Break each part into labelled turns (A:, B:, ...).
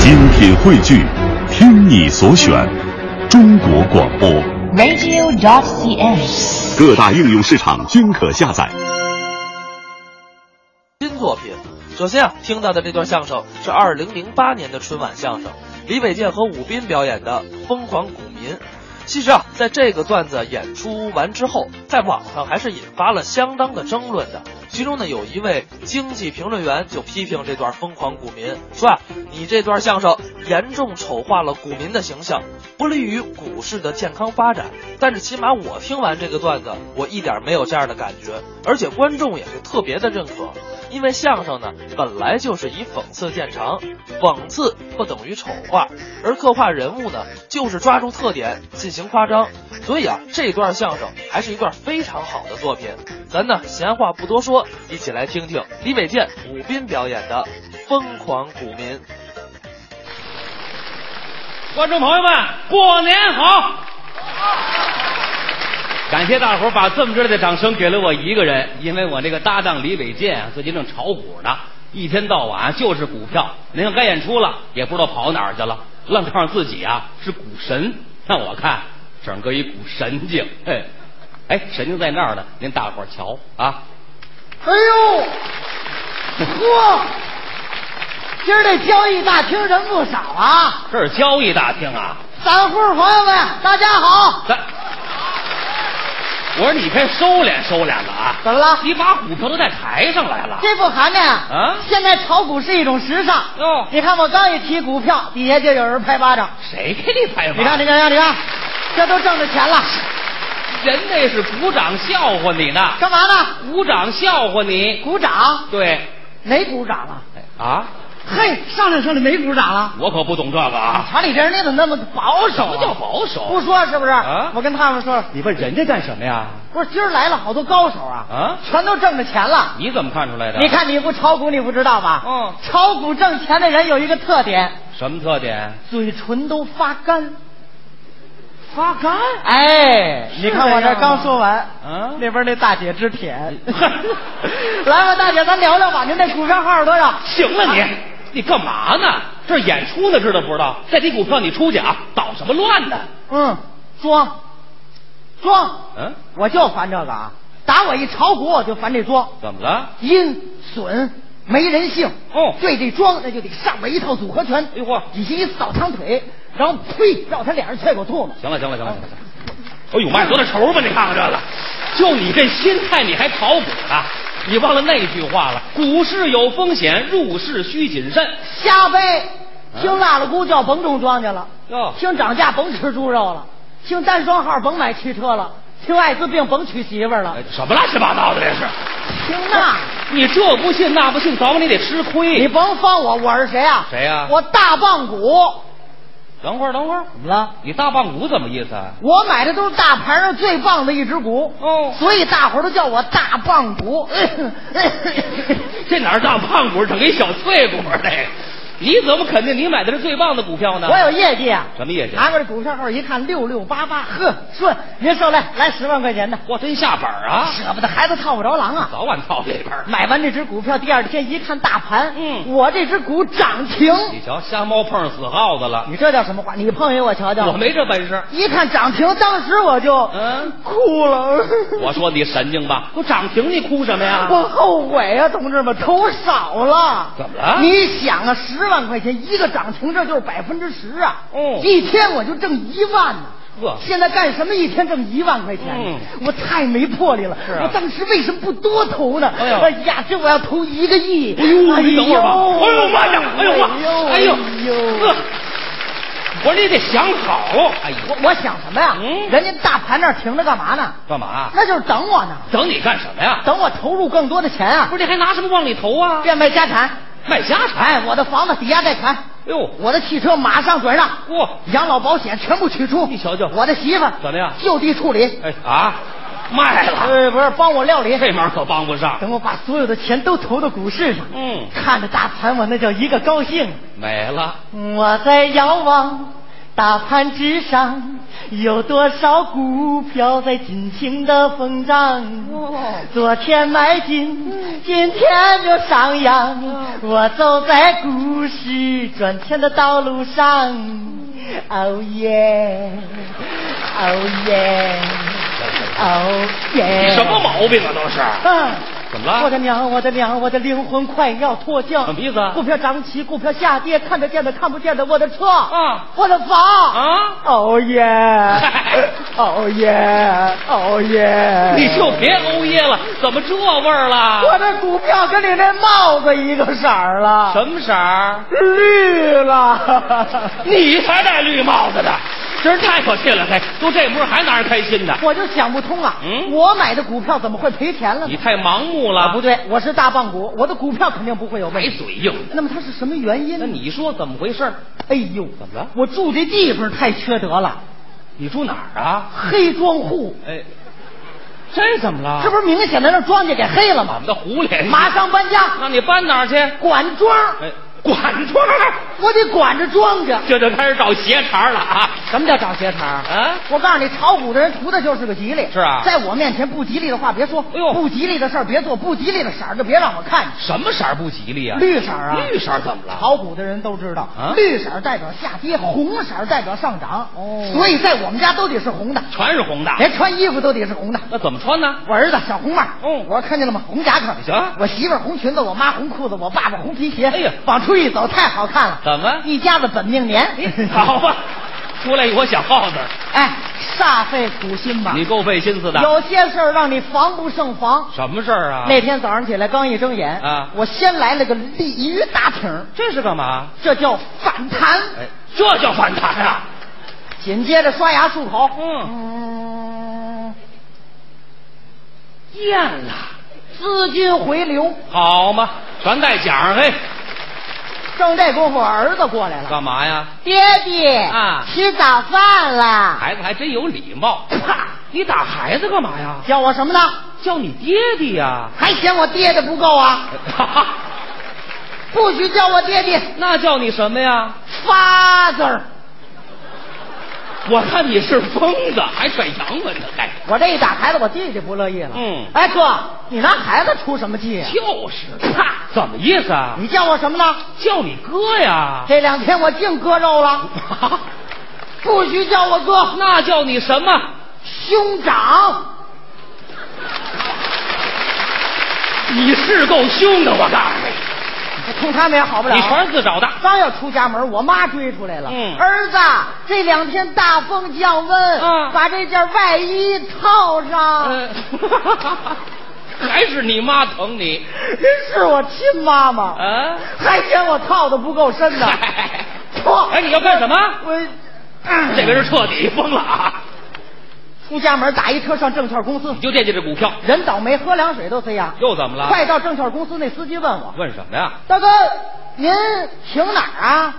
A: 精品汇聚，听你所选，中国广播。
B: radio.cn。
A: 各大应用市场均可下载。
C: 新作品。首先啊，听到的这段相声是二零零八年的春晚相声，李伟健和武斌表演的《疯狂股民》。其实啊，在这个段子演出完之后，在网上还是引发了相当的争论的。其中呢，有一位经济评论员就批评这段《疯狂股民》，说啊，你这段相声严重丑化了股民的形象，不利于股市的健康发展。但是起码我听完这个段子，我一点没有这样的感觉，而且观众也是特别的认可。因为相声呢，本来就是以讽刺见长，讽刺不等于丑化，而刻画人物呢，就是抓住特点进行夸张。所以啊，这段相声还是一段非常好的作品。咱呢，闲话不多说，一起来听听李伟健、武斌表演的《疯狂股民》。
D: 观众朋友们，过年好！感谢大伙儿把这么热烈的掌声给了我一个人，因为我这个搭档李伟健啊最近正炒股呢，一天到晚就是股票。您看该演出了，也不知道跑哪儿去了，愣告诉自己啊是股神。让我看，整个一股神经，嘿，哎，神经在那儿呢，您大伙儿瞧啊，
E: 哎呦， 嚯！今儿这交易大厅人不少啊！
D: 这是交易大厅啊，
E: 散户朋友们，大家好！
D: 咱。我说你该收敛收敛了啊！
E: 怎么了
D: 你把股票都带台上来了。
E: 这不寒碜啊！
D: 啊
E: 现在炒股是一种时尚。
D: 哦
E: 你看我刚一提股票，底下就有人拍巴掌。
D: 谁给你拍马？
E: 你看，你看，你看，你看，这都挣着钱了，
D: 人那是鼓掌笑话你呢，
E: 干嘛呢？
D: 鼓掌笑话 你。
E: 鼓掌？
D: 对，
E: 没鼓掌了？
D: 哎啊，
E: 嘿，上来上来没鼓掌了？
D: 我可不懂这个啊。
E: 瞧你这人，你怎么那么保守、
D: 什
E: 啊？
D: 么叫保守？
E: 不，说是不是？
D: 啊
E: 我跟他们说，
D: 你问人家干什么呀？
E: 不是今儿来了好多高手啊，
D: 啊
E: 全都挣着钱了。
D: 你怎么看出来的？
E: 你看你不炒股，你不知道吧？
D: 嗯
E: 炒股挣钱的人有一个特点，
D: 什么特点？
E: 嘴唇都发干。
D: 发干。
E: 哎，
D: 是
E: 你看我
D: 这样吗
E: 这刚说完，
D: 啊。
E: 那边那大姐直舔来吧，大姐，咱聊聊吧，您那股票号是多少？
D: 行了你，你干嘛呢？这演出呢，知道不知道？再提股票你出去啊，捣什么乱呢？
E: 嗯，装，装，
D: 嗯，
E: 我就烦这个啊！打我一炒股，我就烦这装，
D: 怎么了？
E: 阴损。没人性
D: 哦
E: 对这庄那就得上边一套组合拳，
D: 哎呦嚯
E: 底下一扫堂腿，然后呸，绕他脸上踹口唾沫，
D: 行了行了行了行了，哎呦妈呀，多大仇吧？你看看这个，就你这心态，你还炒股呢？你忘了那句话了？股市有风险，入市需谨慎。
E: 瞎掰。听辣了咕叫甭种庄稼了，
D: 哎哟
E: 听涨价甭吃猪肉了，听单双号甭买汽车了，听艾滋病甭娶媳妇儿了
D: 哎，什么乱七八糟的这是？
E: 听 那，
D: 你这不信那不信，早晚你得吃亏。
E: 你甭放我，我是谁啊？
D: 谁啊
E: 我大棒骨，
D: 等会儿等会儿，
E: 怎么了？
D: 你大棒骨怎么意思啊？
E: 我买的都是大盘上最棒的一只股，
D: 哦
E: 所以大伙儿都叫我大棒骨。
D: 哎这哪是大棒骨，整一小脆骨儿嘞！你怎么肯定你买的是最棒的股票呢？
E: 我有业绩啊！
D: 什么业绩
E: 拿过来股票号一看，六六八八，呵，顺，您受累，来十万块钱的，
D: 我真下本儿啊，
E: 舍不得孩子套不着狼啊！
D: 早晚套这边儿。
E: 买完这只股票，第二天一看大盘，
D: 嗯
E: 我这只股涨停。
D: 你瞧，瞎猫碰上死耗子了。
E: 你这叫什么话？你碰一我瞧瞧。
D: 我没这本事。
E: 一看涨停，当时我就
D: 嗯
E: 哭了。
D: 我说你神经吧，我涨停你哭什么呀？
E: 我后悔啊，同志们，投少了。
D: 怎么了
E: 你想啊，十万块钱一个涨停，这就是百分之十啊。
D: 哦
E: 一天我就挣一万呢、
D: 呵
E: 现在干什么一天挣一万块钱？
D: 嗯
E: 我太没魄力了。
D: 是啊
E: 我当时为什么不多投呢？
D: 哎呦
E: 呀，这我要投一个亿！
D: 哎呦，你等会儿吧。哎呦妈呀！哎呦妈！哎呦呵
E: 哎呦！
D: 我说你得想好。哎呦，
E: 我我想什么呀？
D: 嗯
E: 人家大盘那儿停着干嘛呢？
D: 干嘛？
E: 那就是等我呢，
D: 等你干什么呀？
E: 等我投入更多的钱啊
D: 不，是你还拿什么往里投啊？
E: 变卖家产。
D: 卖家产。
E: 哎，我的房子抵押贷款，
D: 哎呦，
E: 我的汽车马上转让，
D: 嚯
E: 养老保险全部取出。
D: 你瞧瞧
E: 我的媳妇儿
D: 怎么样
E: 就地处理。
D: 哎啊，卖了。
E: 呃，不是，帮我料理。
D: 这忙可帮不上。
E: 等我把所有的钱都投到股市上，
D: 嗯
E: 看着大盘，我那叫一个高兴。
D: 没了。
E: 我在遥望大盘之上有多少股票在尽情的疯涨？昨天买进，今天就上扬。我走在股市赚钱的道路上，哦耶，哦耶，哦耶！
D: 你什么毛病啊？都是
E: 啊！
D: 怎么了
E: 我的娘，我的娘，我的灵魂快要脱缰！
D: 什么意思啊
E: 股票涨起，股票下跌，看得见的，看不见的，我的车
D: 啊
E: 我的房
D: 啊！
E: 哦耶！
D: 嗨
E: 哦耶！哦耶！
D: 你就别欧耶了，怎么这味儿
E: 我
D: 了？
E: 的股票跟你那帽子一个色儿了，
D: 什么色儿？
E: 绿了？
D: 你才戴绿帽子呢！真是太可气了，嘿，都这模样还拿人开心呢？
E: 我就想不通啊！
D: 嗯
E: 我买的股票怎么会赔钱了
D: 你
E: 呢？
D: 太盲目了，
E: 啊，不，对，我是大棒骨，我的股票肯定不会有问
D: 还
E: 题。
D: 嘴硬。
E: 那么它是什么原因
D: 那
E: 呢？
D: 你说怎么回事？
E: 哎呦，
D: 怎么了
E: 我住这地方太缺德了，
D: 你住哪儿啊？
E: 黑庄户，
D: 哎，这怎么了？
E: 这不是明显的让庄稼给黑了
D: 啊我
E: 吗
D: 们？的狐狸？
E: 马上搬家，
D: 那你搬哪儿去？
E: 管庄，
D: 哎，管庄儿，
E: 我得管着庄稼。
D: 这就开始找鞋茬儿了啊！
E: 什么叫找鞋茬儿？
D: 啊，
E: 我告诉你，炒股的人图的就是个吉利。
D: 是啊
E: 在我面前不吉利的话别说，
D: 哎呦
E: 不吉利的事儿别做，不吉利的色儿就别让我看见。
D: 什么色儿不吉利啊？
E: 绿色儿啊，
D: 绿色儿怎么了？
E: 炒股的人都知道，
D: 啊
E: 绿色儿代表下跌，红色儿代表上涨。
D: 哦
E: 所以在我们家都得是红的，
D: 全是红的。
E: 连穿衣服都得是红的。
D: 那怎么穿呢？
E: 我儿子小红帽，
D: 哦
E: 我说看见了吗？红夹克，
D: 行
E: 我媳妇儿红裙子，我妈红裤子，我爸爸红皮鞋。
D: 哎呀
E: 往出一走，太好看了，
D: 怎么。
E: 一家子本命年
D: 哎好，吧，出来一窝小耗子，
E: 哎，煞费苦心吧。
D: 你够费心思的。
E: 有些事儿让你防不胜防。
D: 什么事儿啊？
E: 那天早上起来刚一睁眼
D: 啊
E: 我先来了个鲤鱼打挺，
D: 这是干嘛？
E: 这叫反弹。
D: 哎，这叫反弹啊！
E: 紧接着刷牙漱口，
D: 嗯
E: 嗯，
D: 厌了，
E: 资金回流。
D: 好嘛，全带奖嘿。
E: 正这功夫，儿子过来了，
D: 干嘛呀？
E: 爹爹
D: 啊
E: 吃早饭了。
D: 孩子还真有礼貌。
E: 啪！
D: 你打孩子干嘛呀？
E: 叫我什么呢？
D: 叫你爹爹呀、
E: 还嫌我爹的不够啊？
D: 哈哈，
E: 不许叫我爹爹
D: 那叫你什么呀？
E: ，father。
D: 我看你是疯子，还拽洋文呢，还
E: 我这一打孩子，我弟弟不乐意了。
D: 嗯
E: 哎哥，你拿孩子出什么气啊？
D: 就是，啪，怎么意思啊？
E: 你叫我什么呢？
D: 叫你哥 呀？
E: 这两天我净割肉了，不许叫我哥，
D: 那叫你什么？
E: 兄长。
D: 你是够凶的，我告诉
E: 我冲他们也好不了。啊
D: 你，你全是自找的。
E: 刚要出家门，我妈追出来了。
D: 嗯
E: 儿子，这两天大风降温，
D: 啊
E: 把这件外衣套上。
D: 呃， 还是你妈疼你
E: 人是我亲妈妈，
D: 啊？
E: 还嫌我套的不够 深呢。 错，
D: 哎，你要干什么？嗯
E: 我
D: 这个人彻底疯了啊！
E: 出家门打一车上证券公司
D: 你，就惦记这股票，
E: 人倒霉，喝凉水都这样。
D: 又怎么了？嗯
E: 快到证券公司，那司机问我
D: 问什么呀？：“
E: 大哥，您停哪儿啊？”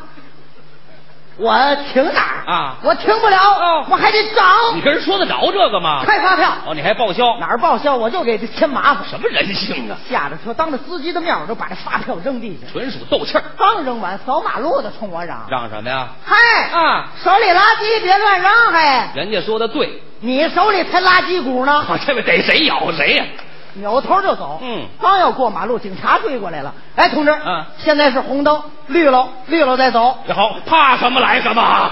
E: 我停哪儿
D: 啊
E: 我停不了，
D: 哦
E: 我还得涨
D: 你，跟人说得着这个吗？
E: 开发票
D: 哦，你还报销？
E: 哪儿报销我就给他添麻烦。
D: 什么人性啊？
E: 下了车，当着司机的面，我就把这发票扔地下。
D: 纯属斗气儿。
E: 刚扔完，扫马路的冲我嚷
D: 嚷什么呀？：“
E: 嗨，
D: 啊，
E: 手里垃圾别乱扔，嘿，
D: 人家说的对，
E: 你手里才垃圾股呢。”
D: 我这位逮谁咬谁呀、
E: 扭头就走。
D: 嗯
E: 刚要过马路，警察追过来了。哎，同志，
D: 嗯
E: 现在是红灯，绿了，绿了再走。
D: 好，怕什么来什么啊。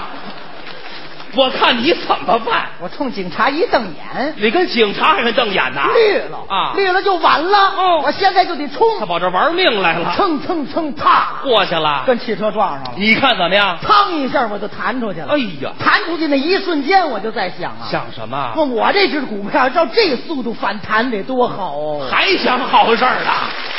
D: 我看你怎么办？
E: 我冲警察一瞪眼，
D: 你跟警察还是瞪眼呐？
E: 绿了
D: 啊！
E: 绿了就晚了。
D: 哦
E: 我现在就得
D: 他
E: 冲，
D: 跑这玩命来了，
E: 蹭蹭蹭，啪，
D: 过去了。
E: 跟汽车撞上了，
D: 你看怎么样？
E: 噌一下我就弹出去了。
D: 哎呀，
E: 弹出去那一瞬间，我就在想啊，
D: 想什么？
E: 问我这只股票照这速度反弹得多好哦！
D: 还想好事儿啊呢？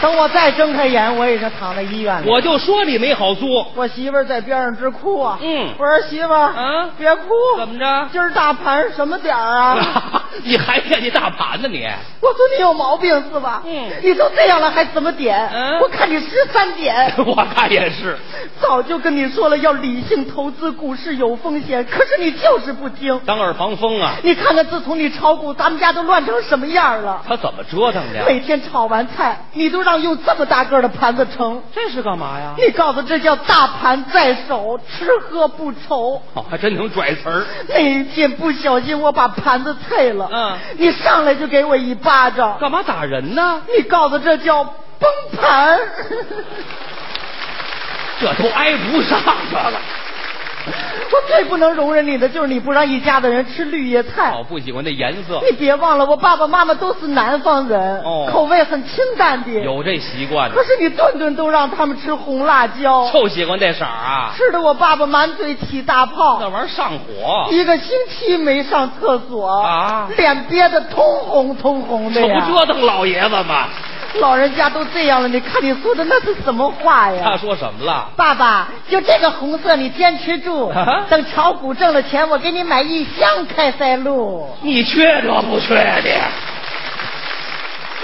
E: 等我再睁开眼，我已经躺在医院里了。
D: 我就说你没好租，
E: 我媳妇儿在边上直哭啊。
D: 嗯
E: 我说媳妇儿，
D: 啊
E: 别哭，
D: 怎么着
E: 今儿大盘什么点儿啊？
D: 你还惦记大盘呢你？
E: 我说你有毛病是吧？
D: 嗯
E: 你都这样了还怎么点？
D: 嗯
E: 我看你十三点。
D: 我看也是，
E: 早就跟你说了要理性投资，股市有风险，可是你就是不听。
D: 当耳旁风啊。
E: 你看看，自从你炒股，咱们家都乱成什么样了。
D: 他怎么折腾的？
E: 每天炒完菜，你都让用这么大个儿的盘子盛，
D: 这是干嘛呀？
E: 你告诉这叫大盘在手，吃喝不愁。
D: 哦，还真能拽词儿。
E: 那一天不小心我把盘子碎了，
D: 嗯
E: 你上来就给我一巴掌，
D: 干嘛打人呢？
E: 你告诉这叫崩盘。
D: 这都挨不上这个。
E: 我最不能容忍你的就是你不让一家的人吃绿叶菜。哎
D: 哦，不喜欢这颜色，
E: 你别忘了，我爸爸妈妈都是南方人，
D: 哦
E: 口味很清淡的。，
D: 有这习惯
E: 可
D: 的，
E: 是你顿顿都让他们吃红辣椒，
D: 就喜欢这色儿啊。
E: 吃的我爸爸满嘴起大
D: 那
E: 泡，
D: 玩意儿上火，
E: 一个星期没上厕所
D: 啊
E: 脸憋得通红通红的
D: 这
E: 呀。
D: 不折腾老爷子吗？
E: 老人家都这样了，你看你说的那是什么话
D: 他
E: 呀？
D: 说什么了？
E: 爸爸，就这个红色你坚持住，
D: 啊
E: 等炒股挣了钱，我给你买一箱开塞露。
D: 你缺德不缺呀、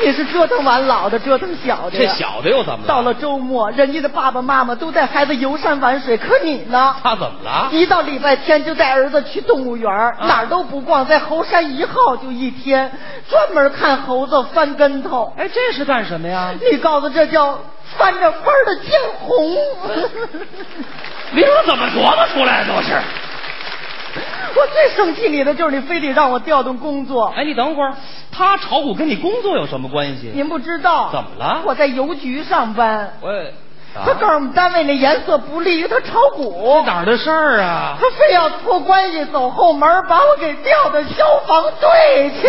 E: 你是折腾完老的，折腾小
D: 你？这
E: 的呀。
D: 小子又怎么
E: 到了？周末，人家的爸爸妈妈都带孩子游山玩水，可你呢？
D: 他怎么了？
E: 一到礼拜天就带儿子去动物园儿，
D: 啊
E: 哪儿都不逛，在猴山一号就一天，专门看猴子翻跟头。
D: 哎，这是干什么呀？
E: 你告诉这叫翻着翻儿的见红。
D: 你说怎么琢磨出来的都是？
E: 我最生气你的就是你非得让我调动工作，
D: 哎，你等会儿，他炒股跟你工作有什么关系？
E: 您不知道
D: 怎么了啊
E: 我在邮局上班，
D: 我，
E: 他告诉我们单位那颜色不利于他炒股。
D: 哪儿的事儿啊？
E: 他非要托关系走后门，把我给调到消防队 去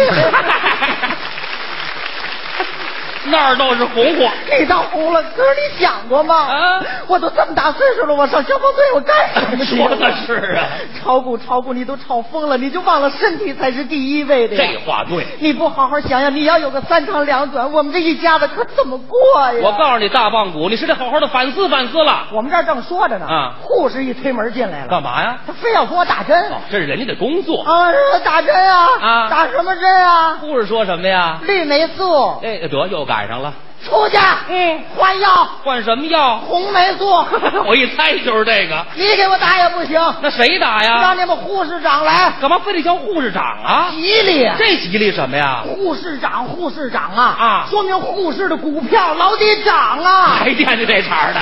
D: 那儿倒是红火。
E: 你倒糊了，哥，你想过吗？
D: 啊
E: 我都这么大岁数了，我上消防队我干什么 去？
D: 说的是啊，
E: 炒股炒股，你都炒疯了，你就忘了身体才是第一位的呀。
D: 这话对。
E: 你不好好想想，你要有个三长两短，我们这一家子可怎么过呀？
D: 我告诉你，大棒骨，你是得好好的反思反思了。
E: 我们这儿正说着呢，
D: 啊
E: 护士一推门进来了，
D: 干嘛呀？
E: 他非要给我打针。
D: 哦，这是人家的工作。
E: 啊，打针啊！
D: 啊
E: 打什么针啊？
D: 护士说什么呀？
E: 绿霉素。
D: 哎，得又赶上了，
E: 出去，嗯，换药，
D: 换什么药？
E: 红霉素，
D: 我一猜就是这个。
E: 你给我打也不行，
D: 那谁打
E: 让
D: 呀？
E: 你们护士长来，
D: 干嘛非得叫护士长啊？
E: 吉利。
D: 这吉利什么 呀？
E: 护士长，护士长啊
D: 啊
E: 说明护士的股票老得涨啊！
D: 还惦记这茬儿呢？